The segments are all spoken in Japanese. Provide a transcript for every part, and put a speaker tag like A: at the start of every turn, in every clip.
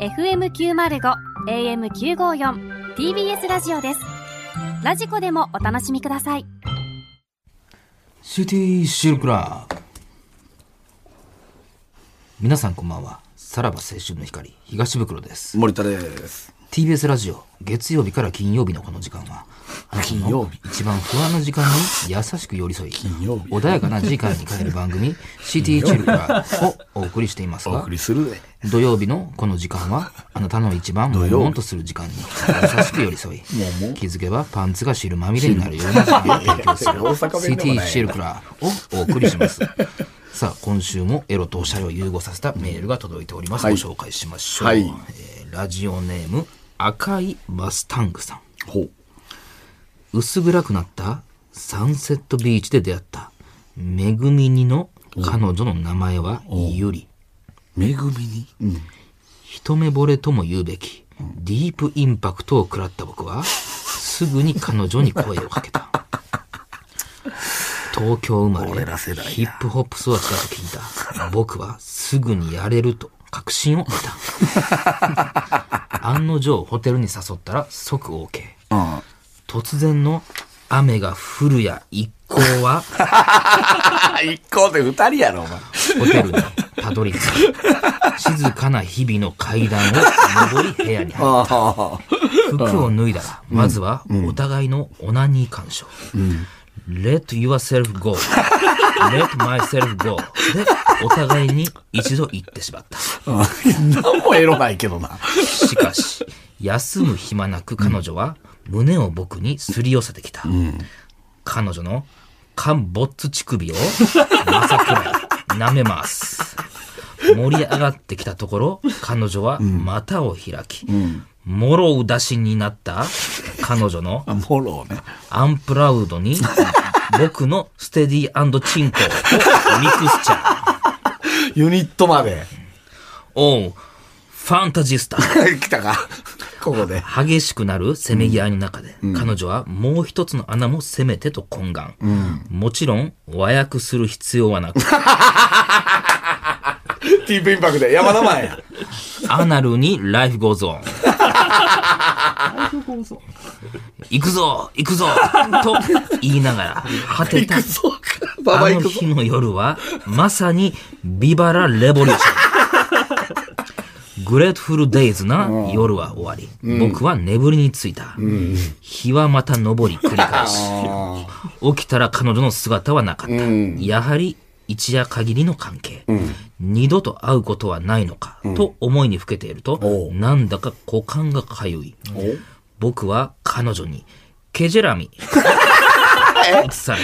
A: FM905 AM954 TBS ラジオですラジコでもお楽しみください
B: シティシルクラブ皆さんこんばんはさらば青春の光東袋です
C: 森田です。
B: TBS ラジオ月曜日から金曜日のこの時間はあなた
C: 金曜
B: の
C: 日
B: 一番不安な時間に優しく寄り添い
C: 曜日
B: 穏やかな時間に変える番組「シティチルクラ」をお送りしています
C: お
B: が
C: 送りするぜ。
B: 土曜日のこの時間はあなたの一番悶々とする時間に優しく寄り添い
C: もう
B: 気づけばパンツが汁まみれになるような時間を提供する
C: 大阪弁
B: シ
C: で
B: テ
C: も
B: ィ
C: ない
B: シェルクラーをお送りしますさあ今週もエロとおしゃれを融合させたメールが届いております、
C: はい
B: ご紹介しましょう、
C: はい
B: えーラジオネーム赤いバスタングさん
C: ほう。
B: 薄暗くなったサンセットビーチで出会っためぐみにの彼女の名前はゆり
C: めぐみに。うん。
B: 一目惚れとも言うべきディープインパクトを食らった僕はすぐに彼女に声をかけ た東京生まれ
C: 俺ら世代だ
B: ヒップホップ育ちだと聞いた僕はすぐにやれると確信を得 た案の定ホテルに誘ったら即 OK
C: あ
B: 突然の雨が降るや一行は
C: あ、一行で二人やろ、お
B: ホ
C: 前。
B: テルにたどり着 く静かな日々の階段を上り部屋に入った
C: ああ。
B: 服を脱いだら、まずはお互いのオナニー鑑賞。Let yourself go.Let myself go. で、お互いに一度言ってしまった。
C: なんもエロないけどな。
B: しかし、休む暇なく彼女は胸を僕にすり寄せてきた。彼女の陥没乳首をまさくらい舐めます。盛り上がってきたところ、彼女は股を開き、もろう出しになった彼女の
C: あ、もろね。
B: アンプラウド に、僕のステディチンコをミクスチャー。
C: ユニットまで。
B: おう、ファンタジスタ。
C: 来たか。ここで。
B: 激しくなるせめぎ合いの中で、彼女はもう一つの穴も攻めてと懇願。もちろん、和訳する必要はなく、
C: ティープインパクで。山田マンや。
B: アナルにライフゴーゾーン。行くぞ行くぞと言いながら、果て
C: 行
B: た
C: くぞ。バ
B: あ
C: バ
B: の
C: 行くぞ。
B: 日の夜は、まさに、ビバラレボリューシ ョン。グレートフルデイズな夜は終わり、僕は眠りについた。日はまた昇り繰り返し。起きたら彼女の姿はなかった。やはり、一夜限りの関係、二度と会うことはないのか、と思いにふけていると、
C: おう
B: なんだか股間がかゆい。僕は彼女に、ケジェ ラミ、 移され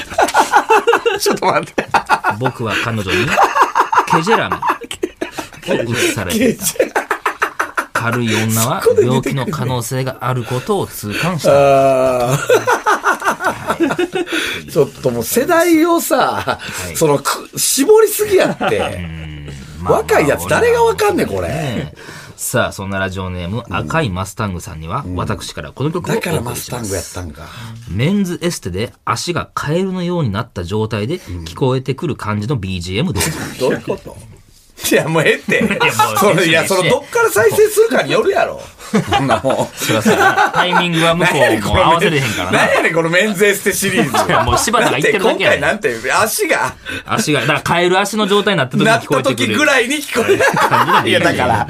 B: た。
C: ちょっと待って。
B: 僕は彼女に、ケジェラミを移されていた。軽い女は病気の可能性があることを痛感した。
C: あー ちょっともう世代をさ、
B: い
C: そのく、絞りすぎやって。若いやつ誰がわかんねん、これ。
B: ねえさあ、そんなラジオネーム、赤いマスタングさんには、私からこの曲をお
C: だ
B: 送
C: から
B: り
C: マス
B: し
C: タ
B: ま
C: ン
B: す
C: グやったんか。
B: メンズエステで足がカエルのようになった状態で聞こえてくる感じの BGM です。
C: どういうこと いや、もうええって。
B: もう
C: そのいや、
B: 一緒
C: そ
B: に
C: の、
B: して
C: どっから再生するかによるやろ。そんなもん。
B: そらそらタイミングは向こ
C: 何やねん
B: う
C: こ
B: も合わ
C: の
B: せれへ
C: メン
B: んからな
C: 何。やねんこのメンズエステ シリーズ。
B: いやもう柴田が言ってるだけやねん
C: なんて今回なんて、足が、
B: 足が、だからカエル足の状態になった時に
C: なっ
B: 聞こ
C: た
B: えてく
C: 時
B: る。
C: ぐらいに聞こえ
B: 感じ
C: る。
B: で
C: いや、だから、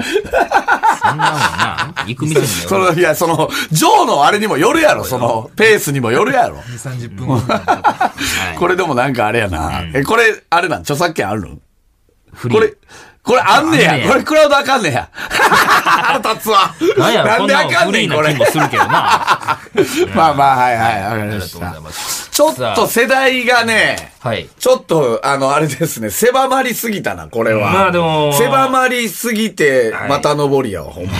B: そんなもんな、行く店に
C: そ
B: よる。
C: の、いや、その、ジョーのあれにもよるやろ、その、ペースにもよるやろ。
D: 30 分後
B: はい
C: これでもなんかあれやな。え、これ、あれなん、著作権あるの
B: フリ
C: こ
B: ー
C: れ。、これあんね
B: あんねや
C: や。これクラウドあかんね や。腹立つわ。
B: なんやろ、
C: な
B: こ
C: ん
B: ん
C: で
B: な
C: あ
B: の
C: かん
B: フ
C: ね
B: リ
C: ん、
B: ー
C: こ
B: な
C: れ
B: 気。もするけどな。
C: まあまあ、はいはい、わかり
B: あり
C: ま
B: が
C: し
B: とうござい
C: た。
B: ます。
C: ちょっと世代がね、
B: はい。
C: ちょっと、あの、あれですね、狭まりすぎたな、これは。
B: まあでも
C: 狭まりすぎて、また登りやわ、ほんま。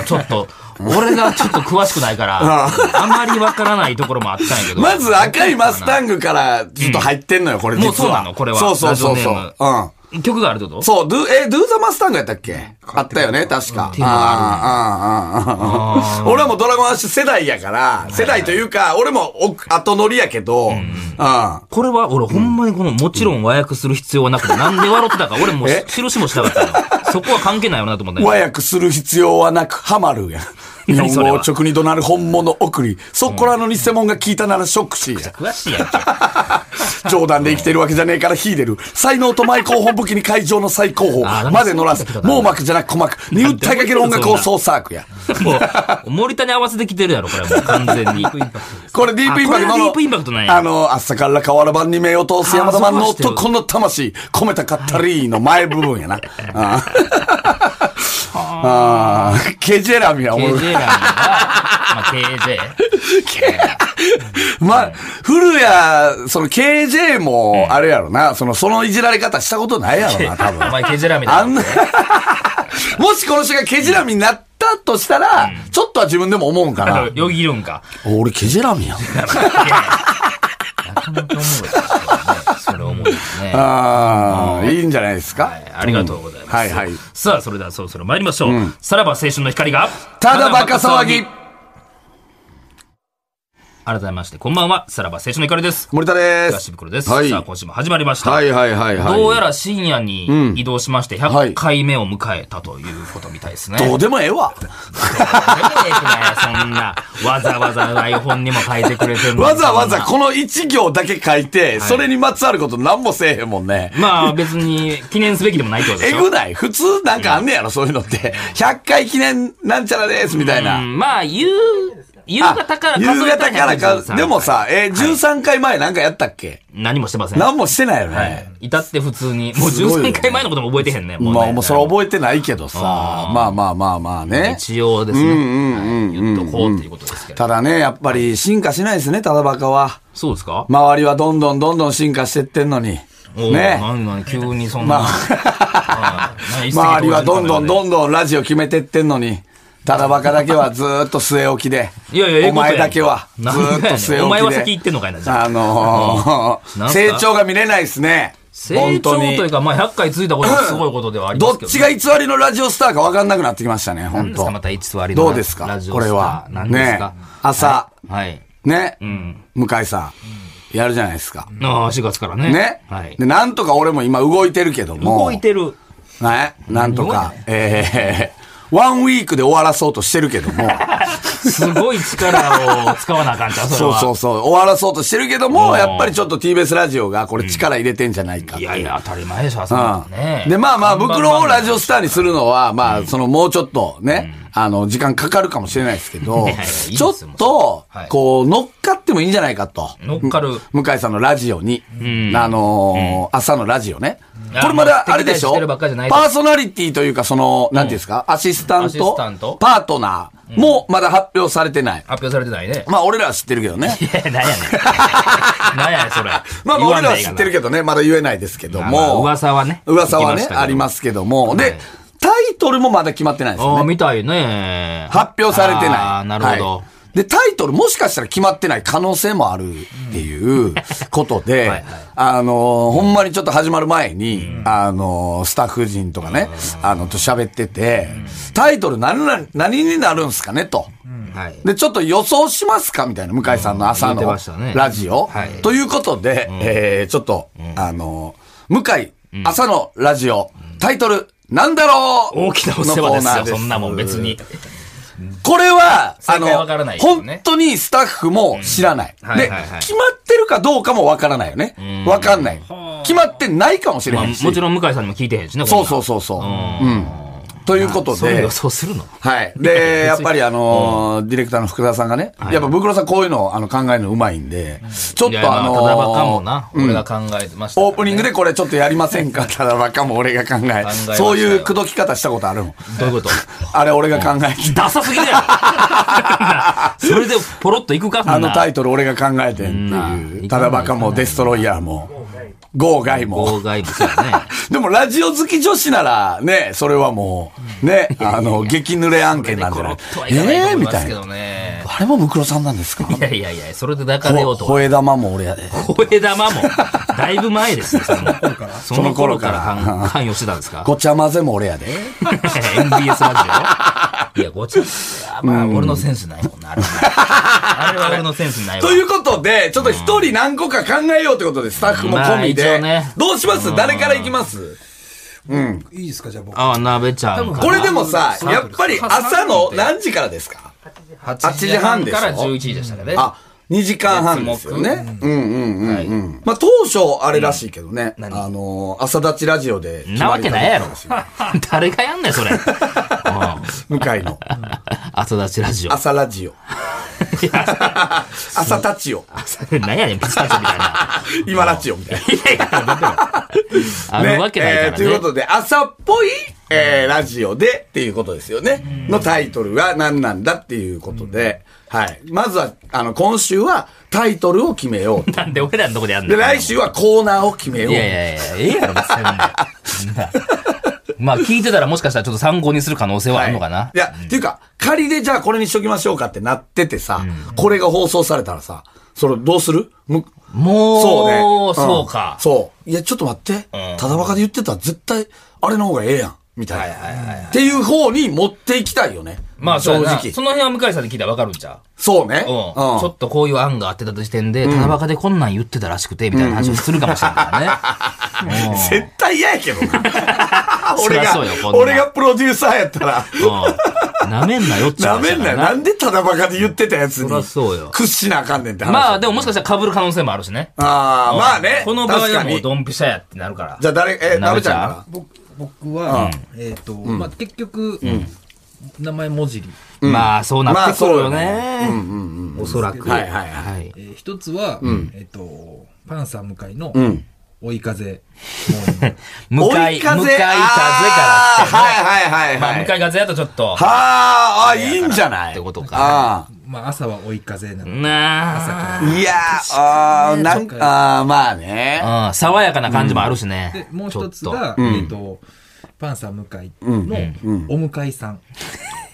B: あちょっと、俺がちょっと詳しくないから、あまりわからないところもあったんやけど。
C: まず赤いマスタングからずっと入ってんのよ、これ実は。
B: もうそうなのこれは
C: そうそうそうそ
B: ラジ
C: う。
B: オ
C: うん。
B: 曲があるってこと
C: そう、ドゥ、え、ドゥーザマスタングやったっけあったよね、確か。
B: いうの
C: ああ、ああ、ああ。俺はもうドラゴンアッシュ世代やから、世代というか、俺もお後乗りやけど、うん。
B: これは俺ほんまにこの、もちろん和訳する必要はなくて、なんで笑ってたか俺もう
C: え
B: 印もしたかったの。そこは関係ないよなと思ったんや
C: 和訳する必要はなく、ハマるやん。日
B: 何
C: 本
B: それ
C: 語
B: は
C: を直に怒鳴る本物送り。そこらの偽物が聞いたならショックしや。
B: 詳しいやん。
C: 冗談で生きてるわけじゃねえから秀でる。才能と前後方武器に会場の最高峰
B: あー
C: まで乗らす。網膜じゃなく鼓膜に訴えかける音楽をソーサークや。
B: もう、森田に合わせてきてるやろ、これはもう完全に。
C: これディープインパクト
B: あこれは
C: の、
B: ディープインパクトなんや
C: あの、朝から河原版に目を通す山田マンの
B: あーそうか知ってる
C: 男の魂、込めたかったりーの前部 分やな。あー あー、ケジェラミはおもろい
B: KJ ランは、まあ KJ。
C: まあ、古谷、その KJ も、あれやろな、その、そのいじられ方したことないやろな、多分。
B: お前 KJ ランみた
C: あ
B: い
C: ん
B: な。
C: な、 もしこの人がケジラミになったとしたら、ちょっとは自分でも思うんかな。
B: よぎるんか。
C: 俺ケジラミやん。
B: なかなか思うよね。それ思うよね。
C: ああ、いいんじゃないですか。
B: ありがとうございます。
C: はいはい。
B: さあ、それではそろそろ参りましょう。さらば青春の光が、
C: ただバカ騒ぎ。
B: 改めまして、こんばんは。さらば青春の光です。
C: 森田で
B: 東
C: す。
B: 袋です。
C: はい
B: さあ、今週も始まりました。
C: はいはいはいはい。
B: どうやら深夜に移動しまして、
C: は
B: 100
C: い
B: 回目を迎えたということみたいですね。
C: どうでもえ えわ。
B: そんな、わざわざ台本にも書いてくれてるのに
C: わざわ
B: そん
C: ざ
B: な
C: この一行だけ書いて、それにまつわること何もせえへんもんね。
B: まあ別に記念すべきでもないってことで
C: え
B: しょ。
C: ぐない普通なんかあんねやろ、そういうのって。100回記念なんちゃらです、みたいうな。
B: んまあ、夕、夕方から
C: 夕
B: 数えた
C: 方
B: い
C: からか、でも、さ、え、13回前なんかやったっけ
B: 何もしてません。
C: 何もしてないよね。
B: はい。至って普通に。もう
C: すごいよね
B: 13回前のことも覚えてへんね。もうね
C: まあ、もうそれ覚えてないけどさ、まあまあまあまあね。
B: 一応ですね。はい言っとこうっていうことですけど。
C: ただね、やっぱり進化しないですね、ただバカは。
B: そうですか
C: 周りはどんどんどんどん進化してってんのに。
B: おう
C: ね。
B: なんなん急にそんな。はい
C: 周りはどんどんどんどんラジオ決めてってんのに。ただバカだけはずーっと据え置きで。
B: いやいやええことやん
C: お前だけはずーっと据え置きで。
B: なんでやねんお前は先行ってんのかいなじゃあ
C: あの ー
B: なんす
C: 成
B: か
C: 長が見れないですね。
B: 成長と
C: 本当
B: い
C: に
B: うか、まあ100回ついたことはすごいことではありま
C: ど
B: す
C: っ
B: けどね。
C: ちが偽りのラジオスターか分かんなくなってきましたね、本
B: ど
C: 当
B: うまた偽りの
C: どうですか
B: ラジオ
C: これは。
B: 何ですか
C: ね朝、
B: はい。
C: ね、
B: ん
C: 向井さん、やるじゃないですか。
B: ああ、4月からね。
C: ね、
B: はい
C: で、。なんとか俺も今動いてるけども。
B: 動いてる。
C: ね、なんとか、えー、ワンウィークで終わらそうとしてる けども。
B: すごい力を使わなあかんじゃん、それ
C: そう
B: は。
C: そうそう、終わらそうとしてるけども、
B: ん
C: やっぱりちょっと TBS ラジオがこれ力入れてんじゃないかって
B: いうやいや、当たり前でしょ、朝な
C: うん
B: んてね。
C: で、まあまあ、袋をラジ
B: オ。
C: オスターにするのは、まあ、その、もうちょっとね、あの、時間かかるかもしれないですけど
B: いやいやいいで、すよ
C: ちょっと
B: はい、
C: こう、乗っかってもいいんじゃないかと。
B: 乗っかる
C: む向井さんのラジオに。
B: ん
C: あのー、朝のラジオね
B: い。や
C: これまだ、あれでし
B: もう敵対し
C: ょ
B: てるばっかりじゃないで
C: パ
B: す
C: ーソナリティというか、その、なんていうんですか、アシスタン
B: アシス
C: ト
B: タント、
C: パートナーもまだ発表されてない。
B: 発表されてないね。
C: まあ、俺らは知ってるけどね。
B: い や、なんやねん。なんやねん、それ。
C: まあまあ、俺らは知ってる
B: け
C: けどね、まだ言えないですけど
B: ども。
C: も。
B: 噂はね。。
C: 噂はね、ありますすけども。で、
B: はい
C: タイトルもまだ決まってないです
B: ああ、
C: よね。
B: みたいね。
C: 発表されてない。
B: ああ、なるほど
C: は。いで、タイトルもしかしたら決まってない可能性もあるっ ていうことで、
B: はいはい
C: あのーほんまにちょっと始まる前に、あのースタッフ陣とかね、あの、と喋ってて、タイトル何な、何になるんすかねと。
B: はい。
C: で、ちょっと予想しますかみたいな、向井さんの朝
B: うん言って
C: の
B: ましたね
C: ラジオ。
B: はい
C: ということで、えー、ちょっと、あの、向井、朝のラジオ、タイトル、なんだろう
B: 大きなお世話ですよ、そんなもん別。
C: のコーナー
B: に。
C: これは、あ
B: 正
C: の
B: 解わからない、ですよね
C: 本当にスタッフも知らない。
B: うんは
C: で、
B: いはいはい
C: 決まってるかどうかもわからないよね。わかんない。決まってないかもしれ
B: ま
C: へ
B: あ、
C: んし。
B: もちろん向井さんにも聞いてへんしね。
C: そうそううそうそ
B: ん
C: う。うん。ということ
B: それ
C: で
B: 予。想するの
C: はい。
B: いやい
C: で、
B: や
C: やっぱりあのーディレクターの福田さんがね、やっぱブクロさんこういうのをあの考えるのうまいんで、ちょっ
B: いやいや
C: とあの
B: まあただばかも
C: ー
B: な。俺が考えてましたからね。
C: オープニングでこれちょっとやりませ んかただばかも俺が考
B: ましたよ
C: え。そういう口説き方したことあるもん。
B: どういうこと
C: あれ俺が考えて。
B: ダサすぎ だよそれでポロッといくかそんな
C: あのタイトル俺が考えてんっていう。ただばかもデストロイヤーも、ゴーガイ も
B: 妨。害物やね。
C: でもラジオ好き女子ならね、それはもう、ね、あの、激濡れ案件なんじ
B: コ
C: ゃな
B: ロ
C: い
B: ッとはいかないと
C: ええ
B: 思い
C: み
B: ま
C: た
B: す
C: い
B: け
C: な
B: ど。ね。
C: あれもブクロさんなんですか
B: いやいやいや、それで抱かれよ
C: ほ
B: うとは。
C: 吠え玉も俺やで。
B: 声玉 も、だいぶ前ですよ、その頃から。その頃から 関関与してたんですか
C: ごちゃ混ぜも俺やで。
B: ?MBS ラジオいや、ごちゃ、いやまあ、俺のセンスないもんな。あれ はあれは俺のセンスないわ
C: と。いうことで、ちょっと一人何個か考えようってことで、スタッフも込み
B: まあ一
C: で
B: 応ね。
C: どうします誰から行きます
D: いいですか、じゃあ僕。
B: ああ、鍋ちゃんか。
C: これでもさ、
D: そう
C: やっぱり朝の何時からですから
B: 8
C: 8時半でしょ
B: から11時でしたからね。
C: あ、2時間半ですよね。うんうんうんうん。まあ当初あれらしいけどね。
B: 何
C: あの、朝立ちラジオで。
B: なわけないやろ
C: 決まりだっ。
B: 誰がやんねん、 それ。うん
C: たらしい向井 の。
B: 朝立ちラジオ。
C: 朝ラジオ。 朝立ちよ。
B: 何やねん、ピスタチオみたいな。
C: 今ラチオみたいな。
B: あるわけないから
C: えー
B: ね。
C: ということで、朝っぽい、えーラジオでっていうことですよね。のタイトルは何なんだっていうことで、はい。まずは、あの、今週はタイトルを決めようと。
B: なんで俺らのとこでやんの
C: で、来週はコーナーを決めよう
B: いやいやいや、ええやろ、別 になまあ、聞いてたらもしかしたらちょっと参考にする可能性はあるのかな。
C: いや、っていうか、仮でじゃあこれにしときましょうかってなっててさ、これが放送されたらさ、それどうするむ
B: もう、
C: そうね。ん
B: そうか。
C: そう。いや、ちょっと待って。ただバカで言ってたら絶対、あれの方がええやん。みたいな。っていう方に持っていきたいよね。
B: まあ、
C: 正
B: 正直。
C: 直。
B: その辺は向井さんに聞いたらわかるんちゃ
C: そうね。
B: ううん。ちょ
C: う
B: っとこういう案があってた時点で、ただバカでこんなん言ってたらしくて、みたいな話をするかもしれないから ね。うん
C: ん。絶対嫌やけどな。
B: そ
C: 俺
B: りゃ
C: が
B: そうよこん、なん
C: 俺がプロデューサーやったら、
B: うんなめんなよって
C: な
B: 話
C: め
B: だ
C: ん
B: から
C: なよ。なんでただバカで言ってたやつに、
B: そりゃそうよ
C: 屈しなあかんねんって話。
B: まあ、でももしかしたら被る可能性もあるしね。
C: ああ、まあね。
B: この場合
C: 確
B: は
C: か
B: もう
C: に。
B: ドンピシャやってなるから。
C: じゃあ誰、えー、なべちゃんから。
D: 僕僕は、えっ、と、まあ、結局、名前文字に、
B: まあ、そうなってくるよね。
C: うんうんうん。
B: おそらく。。
C: はいはいはい
D: えー一つは、えっ、と、パンサー向井の、
C: ん
D: 追い風。
B: 向かい、向かい風から来てね。
C: あーはいはいはい
B: まあ、
C: は
B: 向
C: い。
B: かい風やとちょっと。
C: はあ、あ、いいんじゃない
B: ってことか。
C: あ
D: まあ、朝は追い風なの。
B: な
C: あ。いやー、あーなんか、あーまあね。
B: あ。うん、爽やかな感じもあるしね。
D: で、もう一つ
B: ちょっと
D: が、えっ、と、パンサー向井の、お向井さん。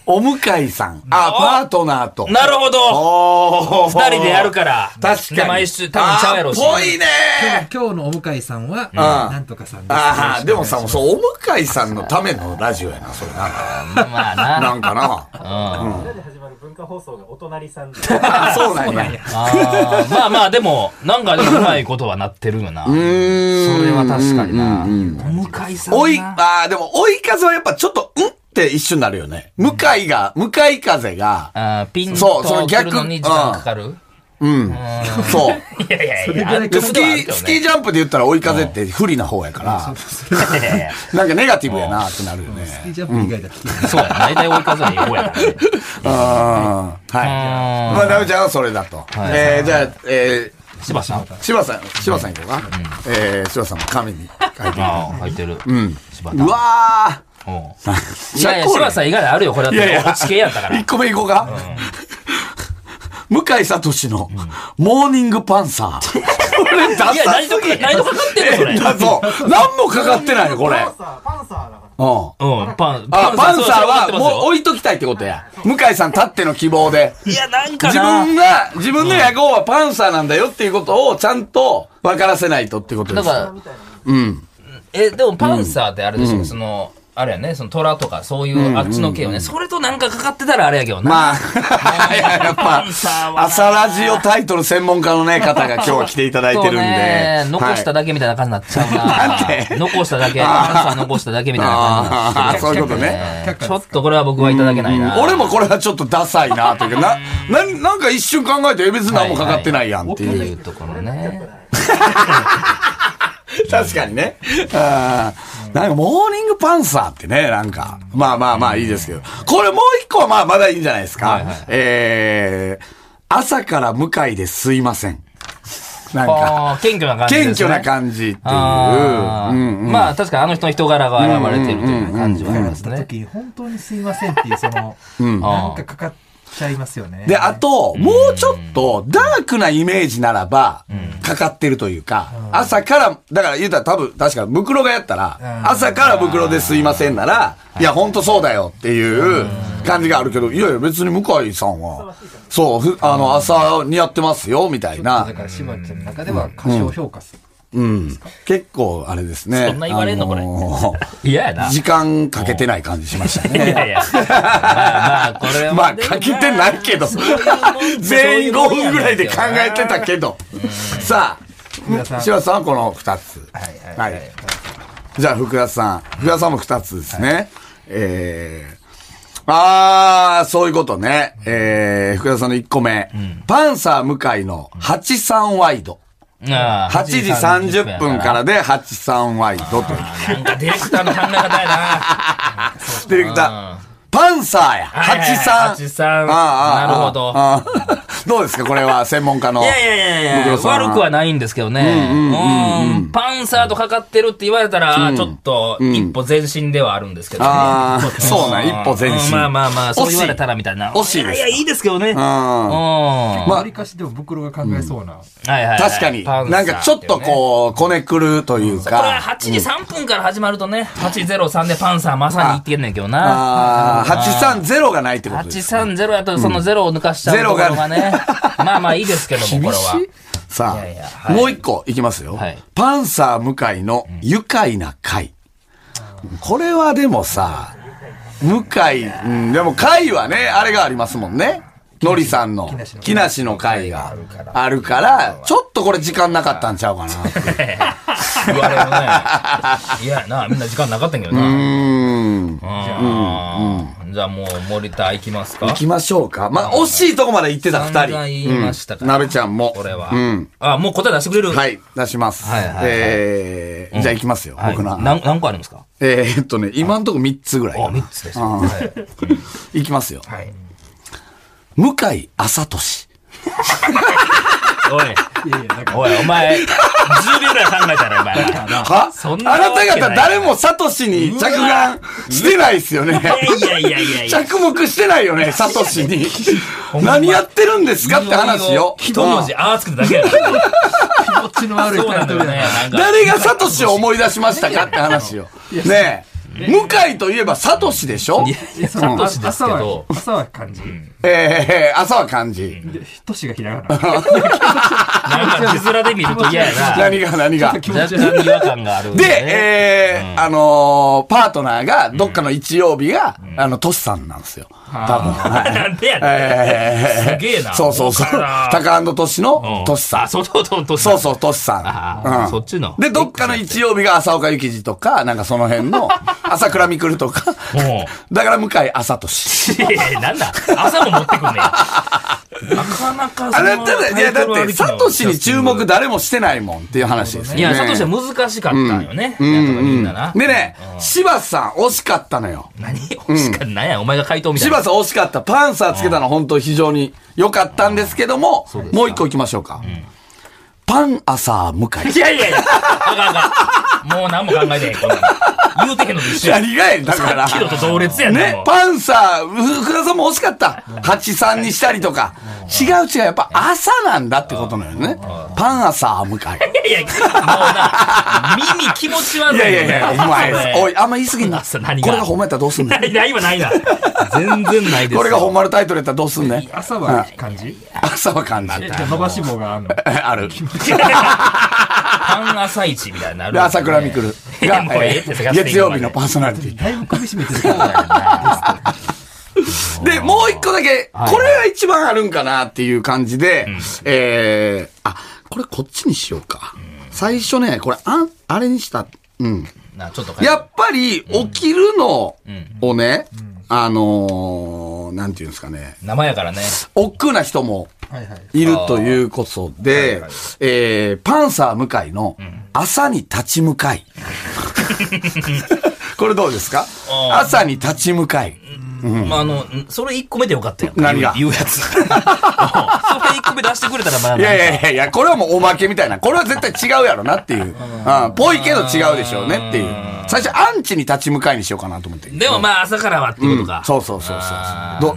C: お向かいさん。あ、パートナーと。
B: なるほど
C: お
B: 二人でやるから。
C: 確かに。
B: で毎週多分ちゃうやろうし。
C: あーぽいね
D: 今日今日のお向井さんは、
C: あ
D: なんとかさんです。
C: ああ、でもさ、もうそう、お向井さんのためのラジオやな、それな。
B: まあな。
C: なんかな。
E: で始まる文化放送がお隣さんで
C: あー そうなんや。
B: あー まあまあ、でも、なんかでもうまいことはなってるよな。それは確かにな。お向井さんな。
C: おい、ああ、でも、追い風はやっぱちょっと、んって一瞬になるよね。向かいが、向かい風が、
B: あーピン
C: そ
B: と
C: うその
B: 来
C: 逆
B: るのに時間かかる
C: うん。そう。
B: いやいやい
D: れぐ
B: や
D: らい
C: でス
D: かそ
C: キ
D: う
C: ー、スキージャンプで言ったら追い風って不利な方やから、
B: いやいやいや
C: なんかネガティブやなってなるよね。
D: ジャンプ以外だと、
B: そうや、大体追い風はいい方やからね。
C: うん。はい。まあ、ダメちゃんはそれだと。えー、じゃあ、え
B: 柴さん。
C: ー、柴さん、柴さん行こうか。えー、柴さんも紙に書いて。
B: ああ、入ってる。うん。柴田。
C: うわ
B: おう
C: ー
B: いやいや、柴さん以外であるよ。これだっ
C: いやい
B: て、
C: や
B: 落ち系やったから。
C: 1個目行こうか。 向井聡の、モーニングパンサー。これ、ダ
B: いや、
C: サ
B: 何
C: す
B: とか、
C: ぎ。
B: 何とかかってんの それ。
C: だぞ。何もかかってないよ、これ。
E: パンサーパンサーだか
C: うん。
B: うん、パン、
C: あ、パンサーはもう
B: う、
C: 置いときたいってことや。向井さんたっての希望で。
B: いや、なんか
C: 自
B: な。
C: 分が、自分の野望はパンサーなんだよっていうことをちゃんと分からせないとってこと
B: だ
C: です。
B: から、
C: うん。
B: え、でもパンサーってあれでしょ、その、あれやね、その虎とかそういうあっちの系よね。それとなんかかかってたらあれやけどな。
C: まあ、 いややっぱ
B: パンサー、はな
C: 朝ラジオタイトル専門家のね、方が今日は来ていただいてるんで。
B: そうね残した
C: だ
B: だけみたいな感じになっちゃうな。
C: なんで
B: 残しただけ、パンサー残しただけみたいな感
C: ああ、
B: じになっちゃ
C: そういうこと ね。
B: うね。ちょっとこれは僕はいただけないな。
C: 俺もこれはちょっとダサいなというか、な、な、なんか一瞬考えて、え別に何もかかってないやんって
B: って
C: いう。
B: いうところね。
C: 確かにね。あーなんか、モーニングパンサーってね、なんか、まあまあまあいいですけど、これもう一個はまあまだいいんじゃないですか。
B: はいはい
C: えー、朝から向かいですいません。なんか、
B: ああ、謙虚な感じです
C: 謙
B: ね。
C: 虚な感じっていう。
B: あーまあ確かにあの人の人柄が現れてるという感じはあり ますね。
D: 時に本当にすいませんっていう、その、なんかかかっちゃいますよね。
C: で、あと、もうちょっと、ダークなイメージならば、かかってるというか、朝から、だから言うたら多分、確か、袋がやったら、朝から袋ですいませんなら、いや、ほんとそうだよっていう感じがあるけど、いやいや、別に向井さんは、そう、ふあの、朝にやってますよ、みたいな
D: だ。から、しばちゃんの中では過小評価する。
C: うん。結構、あれですね。
B: そんな言われんのこれ
C: あの
B: 嫌やな。
C: 時間かけてない感じしました
B: い
C: ね。
B: やいや。まあまあ、これは。
C: まあ、かけてないけど、全員5分ぐらいで考えてたけど。さあ、
D: 皆さん
C: 柴田さんはこの2つ。
D: はいはい
C: は
D: はいい。
C: じゃあ、福田さん。福田さんも二つですね。えー、あー、そういうことね。えー、福田さんの一個目。パンサー向井の83ワイド。
B: あ。
C: 8時30分かららで83ワイドという。
B: なんかディレクターの考え方やな。
C: ディレクター。パンサーや。
B: はいはい
C: 83。
B: 83
C: あーあーあー
B: なるほど
C: あー どうですかこれは専門家の。
B: いやいやいやいや、
C: 袋さん
B: 悪くはないんですけどね。うんパンサーとかかってるって言われたら、ちょっと一歩前進ではあるんですけどね。
C: あ ーそうなん、一歩前
B: うん
C: 進。
B: まあまあまあ、そう言われた
C: ら。
B: らみたいな。
C: 惜しい
B: や
C: です
B: いや、いいですけどね。うん。は
C: まあ
D: わりかしでも袋が考えそうな。
B: いはいはい。
C: 確かに。
B: パンサー
C: なんかちょっと
B: ていうね
C: こう、こねくるという
B: これは
C: か。
B: 8時3分から始まるとね、803でパンサーまさに言ってんねんけどな。
C: ああ、830がないってことです。
B: 830やとその0を抜かしちゃうところがね。まあまあいいですけど も、これは。
C: さ
B: いやいや
C: あ、
B: はい
C: もう一個いきますよ
B: はい。
C: パンサー向井の愉快な会。これはでもさ、向井、うん、でも会はね、あれがありますもんね。のりさんの、木梨の会があるから、ちょっとこれ時間なかったんちゃ うかな。
B: 言われるね。いやな、みんな時間なかったんやけどな。
C: うん。
B: じゃあ、じゃあもう森田行きますか
C: 行きましょうか。まあ、惜しいとこまで行ってた二
B: 散
C: 人。
B: 々言いましたから
C: なべちゃんも。
B: これは。
C: うん。
B: あ、もう答え出してくれる
C: はい、出します。
B: はいはいはい
C: えー、じゃあ行きますよ、
B: はい
C: 僕の。
B: 何何個あるんですか
C: えーっとね、今んとこ3つぐらい
B: あ、
C: かな。
B: 3つです。はい
C: 行きますよ。
B: はい。
C: 向井朝俊。
B: おい。おい、お前、10秒ぐらい考えたら、お前。
C: は
B: そんな
C: あなた
B: わけな
C: 方
B: い
C: 誰もサトシに着眼してないっすよね。
B: いやいやいやいやいや。
C: 着目してないよね、サトシに。 何やってるんですかって話よ。
B: 一文字、
C: うん
B: あーつけただけやから。
D: 気持ちの悪い
B: そう
D: タ
B: な
D: イ
B: ん
D: ト
B: だ
D: ル
B: よ
D: や
B: ね
D: な。。
B: なんか
C: 誰がサトシを思い出しましたかって話よ。ねえ。向井といえばサトシでしょ
B: いや、サトシです
D: 朝
B: け
D: は
B: ど、、
D: 朝は漢字。
C: えー、朝は漢字。
D: で、都市がひらがな。
B: なんか字面で見ると嫌やな。
C: 何が何が。
B: 若干違和感があるん
C: で、
B: ね。
C: えーあのーパートナーが、どっかの日曜日が、あの、トシさんなんですよ。多分。はい
B: なんでやねん。
C: え
B: すげえな。
C: そうそうそう。タカアンドトシ
B: う
C: の
B: ん
C: トシさん。
B: あ、そうそうそう、トシさ
C: そ
B: ん
C: うそう、トシ
B: あ
C: さ
B: ー
C: ん。
B: そっちの
C: で、どっかの日曜日が朝岡幸二とか、なんかその辺 の、朝倉未来とか、
B: も
C: だから向井朝俊。
B: う、いやいやなんだ朝も持ってくんねんなかなかその
C: あなただ、いやだ
B: タイトル
C: っ
B: あ
C: て、
B: りきの
C: サトシに注目誰もしてないもんっていう話ですよ
B: い
C: ね。
B: や、サトシは難しかったんよね。やっぱみんなな。
C: でね、柴田さん惜しかったのよ。
B: 何惜しかなんや、お前が回答みたい
C: 柴
B: な
C: 田。さん惜しかった。パンサーつけたの本当非常に良かったんですけども、もう一個行きましょうか。パンアサー向井。
B: いやいやいや、あかんあかん。もう何も考えてへん、こんなん言うてへんのと一緒や。
C: 何がやねんだから。
B: キロと同列やね
C: ね
B: も、う
C: パンサー、福田さんも惜しかった。83にしたりとか。違う違う、やっぱ朝なんだってことなのよね。パンアサー向井。
B: いやいや、もうな、耳気持ち悪い
C: い
B: よ
C: や
B: ね。
C: いやいや、お
B: それ
C: 前、おい、あんま言い過ぎんな。
B: 朝
C: こ
B: 何
C: れ
B: が
C: がほんまやったらどうすんねん。
B: ないないわないな。全然ないですよ。
C: これがほんまのタイトルやったらどうすんねん。
D: 朝は漢字
C: 朝はかんだっ
D: え、
C: て。
D: じゃあ伸ばし棒があんの。
C: ある。
B: パン朝市みたいになる、
C: で、朝倉未来が
B: もうええ
C: え
B: って
C: ー月曜日のパーソナリティ。
D: だいぶ首絞めてるけど。
C: で、もう一個だけ、これは一番あるんかなっていう感じで、えー、あ、これこっちにしようか。最初ね、これ、あ、あれにした、うん。
B: なちょっと書いて
C: やっぱり、起きるのをね、あのー、なんていうんですかね、
B: 生やからね。
C: 億劫な人も
D: はいはい。
C: いるということで、えー、パンサー向井の朝に立ち向 かい。これどうですか
B: あー
C: 朝に立ち向かい。
B: まあ、あの、んそれ一個目でよかったよ。
C: 何が
B: 言う言う やつ。それ一個目出してくれたらまあ、
C: いやいやいやいや、これはもうおまけみたいな。これは絶対違うやろなっていう。うん。ぽいけど違うでしょうねっていう。最初、アンチに立ち向かいにしようかなと思って。
B: でもまあ、朝からはってことか。
C: そうそうそうそう。ど、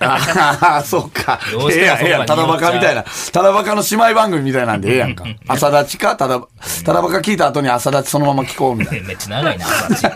C: ああ、そうか。
B: どう
C: え
B: しても
C: えやん、
B: そうか
C: ええやん、ただバカみたいな。ただバカの姉妹番組みたいなんでええやんか。朝立ちか、ただ、ただバカ聞いた後に朝立ちそのまま聞こうみたいな。
B: めっちゃ長いな、朝市めちゃ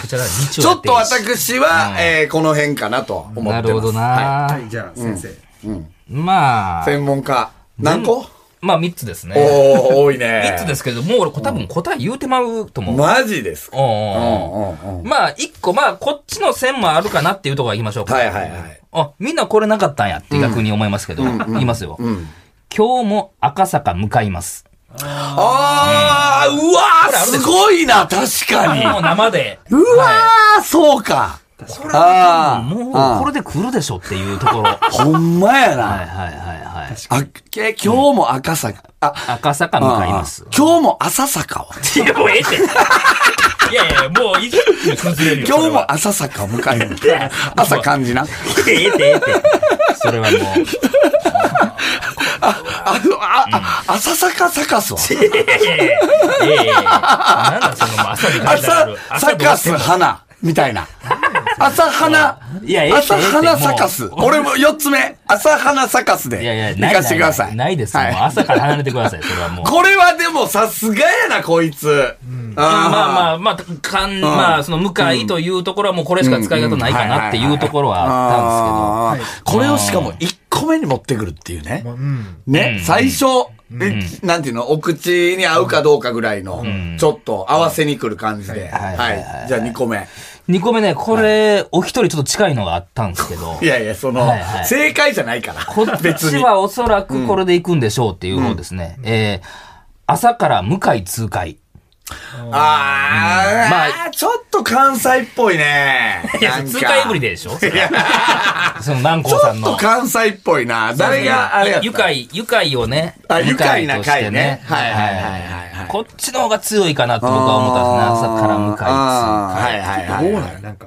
B: くちゃ長い。日
C: ち
B: 曜や
C: ょってと
B: るし
C: 私は、えーこの辺かなと思ってます。
B: なるほどな、
C: は
D: はい、じゃあ先生。
B: いま
C: い
B: あ、
C: 専門家。何個
B: まあ3つです
C: お
B: ね。
C: ー、多いね。
B: 3つですけど、もう俺こ多分答え言うてまうと思う。
C: マジですか
B: おう
C: うん
B: おうおう
C: うんうん。
B: まあ、一個、まあ、こっちの線もあるかなっていうところは行きましょうか。
C: はいはいはい。
B: あ、みんなこれなかったんやって逆に思いますけど、言いますよ。今日も赤坂向かいます。
C: あー、うわー、すごいな、確かに。
B: もう生で。
C: うわー、そうか。
B: これ
C: あ
B: は
C: ー
B: もう
C: あー
B: これで来るでしょっていうところ。はい
C: ほんまや
B: はい
C: な。
B: はいはい。
C: あ、け今日も赤坂。あ、
B: 赤坂向かいます
C: あ。今日も朝坂を。
B: いや、もうええって。いやいや、もういいじゃん。崩れるよ。
C: 今日
B: も
C: も朝坂を迎える。朝漢字な。
B: ええってええって。それはもう。
C: あ、あ、あ、朝坂坂すわ。
B: ええええええ。なんだその、まあ朝に書いてあ
C: 朝
B: る。、
C: 坂す
B: どうしても
C: 花、みたいな。朝花、
B: いやええって
C: 朝
B: ええっ
C: 花
B: てもう
C: 咲かす。俺も四つ目、朝花咲かすで。
B: いやいや、
C: 行かしてください。
B: ないないです。もう
C: はい
B: 朝から離れてください。それはもう。
C: これはでもさすがやな、こいつ。
B: まあま
C: あ
B: あまあ、かん、まあ、その、向かいというところはもうこれしか使い方ないかなっていうところはあっ
C: あ。これをしかも1個目に持ってくるっていうね。ね、最初、えなんていうの、お口に合うかどうかぐらいの、ちょっと合わせに来る感じで。
B: い
C: はい。じゃあ2個目。
B: たんですけど。2個目ね、これ、お一人ちょっと近いのがあったんですけど
C: い。やいや、その
B: はいは、い
C: 正解じゃないから。
B: こっ
C: 別
B: ち
C: に。
B: はおそらくこれで行くんでしょうっていう方ですね。えー朝から向かい通会。
C: あ
B: う
C: ー、
B: んま
C: あ、ちょっと関西っぽいね。
B: いや、
C: なんか
B: 通会ぶりでしょそれはその南
C: ち
B: 光さ
C: ょ
B: ん
C: っ
B: の
C: と。関西っぽいな。誰が、あれやった
B: ゆかい、ゆかいをね。
C: あ愉快な
B: 向井として
C: 会ねはいはいはいはいはい
B: こっちの方が強いかなと僕は思ったんですね。朝から向かい
C: あ
B: 通
C: ー
B: 会。
C: はいはい
D: ど
C: は
D: う
C: い
D: な
C: は
D: ん
C: い。
D: やなんか。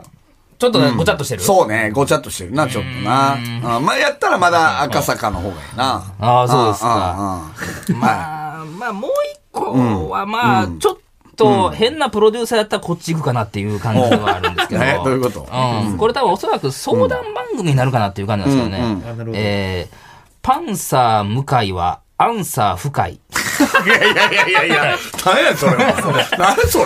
B: ちょっとねごちゃっとしてる。
C: そうね、ごちゃっとしてるな、ちょっとな。あーまあ、やったらまだ赤坂の方がいいな。
B: ああ、そうですか。
C: うんうんうん。まあ、
B: まあ、まあ、もう一個は、まあ、ちょっと変なプロデューサーやったらこっち行くかなっていう感じはあるんですけど。
C: うんえどういうこと
B: うん。これ多分おそらく相談番組になるかなっていう感じなんですよね。
D: あなるほど
B: えーパンサー向井はアンサー深い。
C: いやいやいやいやいや、何やそれ。何それ。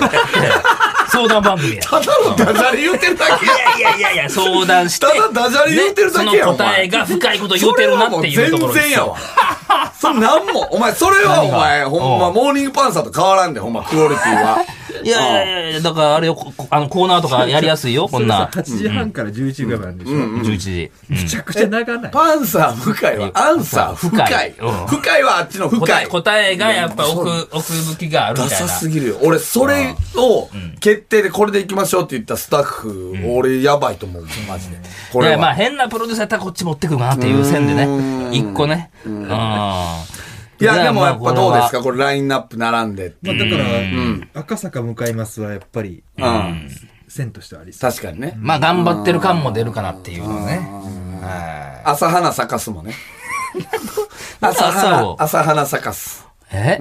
B: 相談番組や。
C: ただのダジャレ言ってるだけや。
B: いやいやいや、相談して。
C: ただダジャレ言うてるだけやん
B: ねその答えが深いこと言うてるなっていうところ
C: それはもう全然やわ。それなんも、お前、それはお前、ほんま、
B: うん
C: モーニングパンサーと変わらんで、ほんま、クオリティは。
B: いやいやいや、だからあれよ、ここあのコーナーとかやり やすいよ、こんな。
D: 8時半から11時ぐらいまでなんでしょ
B: 11時。うん
D: めちゃくちゃ長ない。
C: パンサー深いは、アンサー深い。
B: 深いうん
C: 深いはあっちの深
B: 答え
C: い。
B: 答えがやっぱ奥、奥向きがある
C: ダ
B: みたい
C: サ
B: な。
C: すぎるよ。俺、それを決定でこれでいきましょうって言ったスタッフ、俺、やばいと思う、マジで。こ
B: い
C: れ
B: や、まあ
C: は。
B: 変なプロデューサーやったらこっち持ってくるかなっていう線でね。一個ね。うん。
C: いや、でもやっぱどうです
B: か
C: かこれ、ラインナップ並んで。
D: まあだから、赤坂向かいますはやっぱり、
C: うん。
D: 線としてはありそう。
C: 確かにね。
B: まあ頑張ってる感も出るかなっていうのね。はい
C: 朝花咲かすもね。朝
B: 朝
C: 花
B: を、
C: 朝花咲かす。
B: え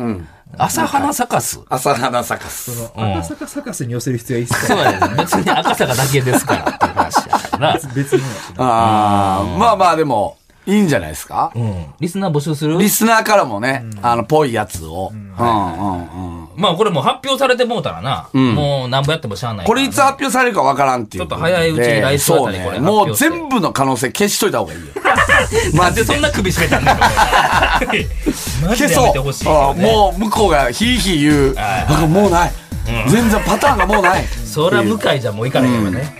B: 朝花咲かす
C: 朝花咲かす。
D: その赤坂サカスに寄せる必要はいいっす
B: そう
D: か
B: やね。別に赤坂だけですからっていう話やからな。
D: 別にはしない。
C: ああ、まあまあでも、いいんじゃないですか、
B: うん。リスナー募集する
C: リスナーからもね、あの、ぽいやつを。うんうんうん。
B: まあこれもう発表されてもうたらな。もう何ぼやってもしゃあないか
C: こ
B: ら
C: れ
B: ね。
C: いつ発表されるかわからんっていうことで。
B: ちょっと早いうちに来週あたりこれ
C: そうね。
B: 発表
C: もう
B: して
C: 全部の可能性消しといた方がいいよ。
B: なんでそんな首絞めたんだよ。マジ
C: 消
B: でや
C: そ
B: め
C: う
B: てほしい。
C: あもう向こうがヒーヒー言う。なんかもうない。全然パターンがもうない。
B: そら向井じゃもういかないからね。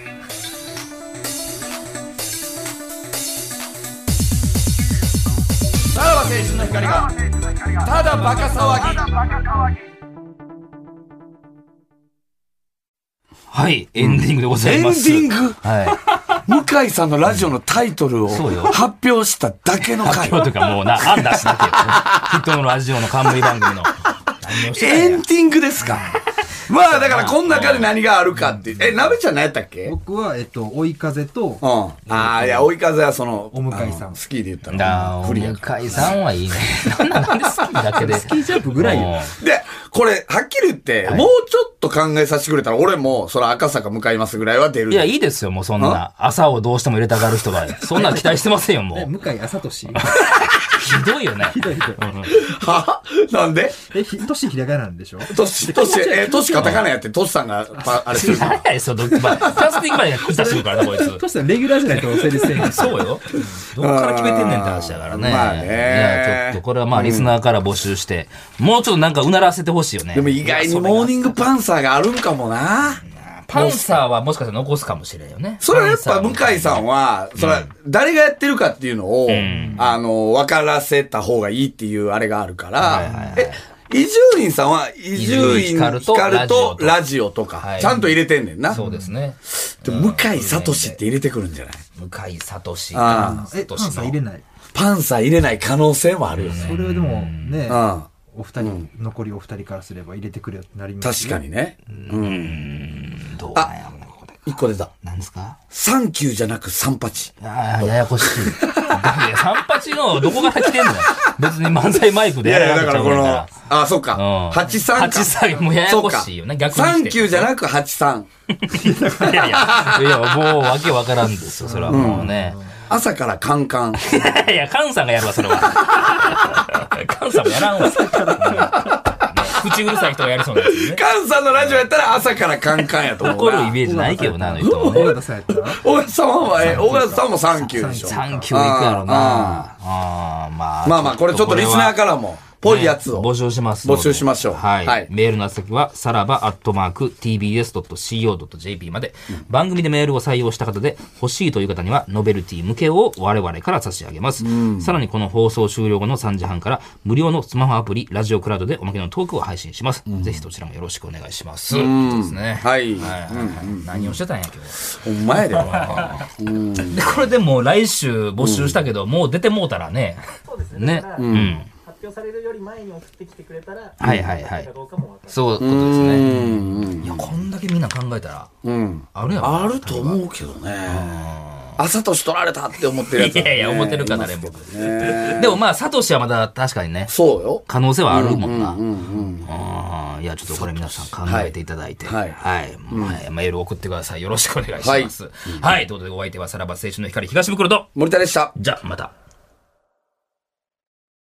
C: さらば青春の光が、ただバカ騒ぎ。
B: はい、エンディングでござ
C: エ
B: い
C: ンデ
B: ます。
C: ィング
B: は
C: 向井さんのラジオのタイトルを
B: そうよ
C: 発表しただけの
B: い。
C: 回。
B: 今日とかもうな、案出しなきゃ。人のラジオの冠番組の。何をしてた
C: エ
B: んや
C: ンディングですか。まあだからこの中で何があるかっていう。え、鍋ちゃん何やったっけうん。
D: 僕は、えっと、追い風と、
C: ああ、いや、追い風はその、
D: お向かいさん
C: あのスキーで言った
B: だ
C: ら、
B: お
C: 不利やから。
B: 向井さんはいいね。なんなんなんで好きだけで。スキージャンプぐ
D: らいよ
C: で、これ、はっきり言って、もうちょっと考えさせてくれたら、俺も、その赤坂向かいますぐらいは出る。
B: いや、いいですよ、もうそんな。朝をどうしても入れたがる人が。そんなの期待してませんよ、も
D: ね
B: う。
D: 向井朝俊。
B: ひどいよね。
D: ひどいひどい。
C: はなんで
D: え、ひ俊ひらがなんでしょ
C: トシ、トシ、え、トシカタカナやって、トシさんがパ、あれするから
B: 何やその、まあ、キャスティングまで食ったしてくるからな、こいつ。
D: 俊さん、レギュラーじゃないと成立せんよ。
B: そうよ。どっから決めてんねんって話だからね。
C: まあね
B: いや、ちょっとこれはまあ、リスナーから募集して、もうちょっとなんかうならせてほしいよね。
C: でも意外にモーニングパンサーがあるんかもな。
B: パンサーはもしかしたら残すかもしれんよね。
C: それはやっ
B: パ
C: ぱ
B: ンサ
C: 向
B: ーは
C: 井さんは、それは誰がやってるかっていうのを、あの、分からせた方がいいっていうあれがあるから、え、伊集院さんは、伊集院光
B: 伊集院光
C: と
B: と
C: ラジオとか
B: は、い
C: ちゃんと入れてんねんな。
B: そうですね。
C: でも向井聡って入れてくるんじゃない
B: 向井聡
C: あ
B: が、
D: え、パンさん入れない。
C: パンサー入れない可能性もあるよね。
D: これはでも、ね
C: う、ん。
D: お二人、残りお二人からすれば入れてくるよってなります
C: 確
D: ね。
C: かに
B: どうなんやろう
C: ね。
B: な、これ。
C: 一個出た。
B: なんですか
C: サンキューじゃなくサンパチ。
B: ああ、ややこし い。いや、三八のどこから来てんの別に漫才マイク
C: い
B: で
C: やい
B: る
C: や、
B: わけ
C: だから
B: ちゃ
C: こ
B: うねん
C: の、あ、そっ
B: う
C: か
B: ん。
C: 八三か。
B: 八三もうややこしいよね
C: そうか
B: 逆にして
C: サンキューじゃなく八三。
B: いやいや、いや、もうわけわからんですよ、それはもうね。
C: 朝からカンカン。
B: いや、カンさんがやるわ、それは。 カンさんもやらんわ。 ね口うるさい人がやりそうなや つね。
C: カンさんのラジオやったら朝からカンカンやと思う
B: 怒るイ
C: な。
B: メージないけどな、あの人
D: 尾
B: もね。
D: 形さんやったら
C: 小川さんは、え、小川さんもサンキューでしょ。
B: サンキューいくやろな。
C: あ
B: ああー、まあ。
C: まあまあ、これちょっとリスナーからも、ぽいやつを。
B: 募集します。
C: 募集しましょう
B: はい。
C: はい
B: メールの宛先は、さらばアットマーク tbs.co.jp まで、番組でメールを採用した方で、欲しいという方には、ノベルティ向けを我々から差し上げます。さらにこの放送終了後の3時半から、無料のスマホアプリ、ラジオクラウドでおまけのトークを配信します。ぜひそちらもよろしくお願いします。そうですね。
C: はい
B: はいはい何をしてたんや、今日。
C: ほんまやで。
B: でこれでもう来週募集したけど、もう出てもうたらね。
E: そうですね。
B: ね
E: だ。から
B: うん。
E: 発表されるより前に送ってきてくれたら、
B: はいはいはい
E: どうかもわかる。
B: そういうことですね。
C: うん。
B: いや、こんだけみんな考えたら、
C: うん。
B: あるやろ。
C: あると思うけどね。朝とし取られたって思ってるやつ、
B: いやいや、思ってるか、誰も。でもまあ、サトシはまだ確かにね、
C: そうよ。
B: 可能性はあるもんな。
C: うんうん。
B: あーいや、ちょっとこれ皆さん考えていただいて。
C: は
B: はいい。はい。メール送ってください。よろしくお願いします。はい。ということで、お相手はさらば青春の光東袋と、
C: 森田でした。
B: じゃあ、また。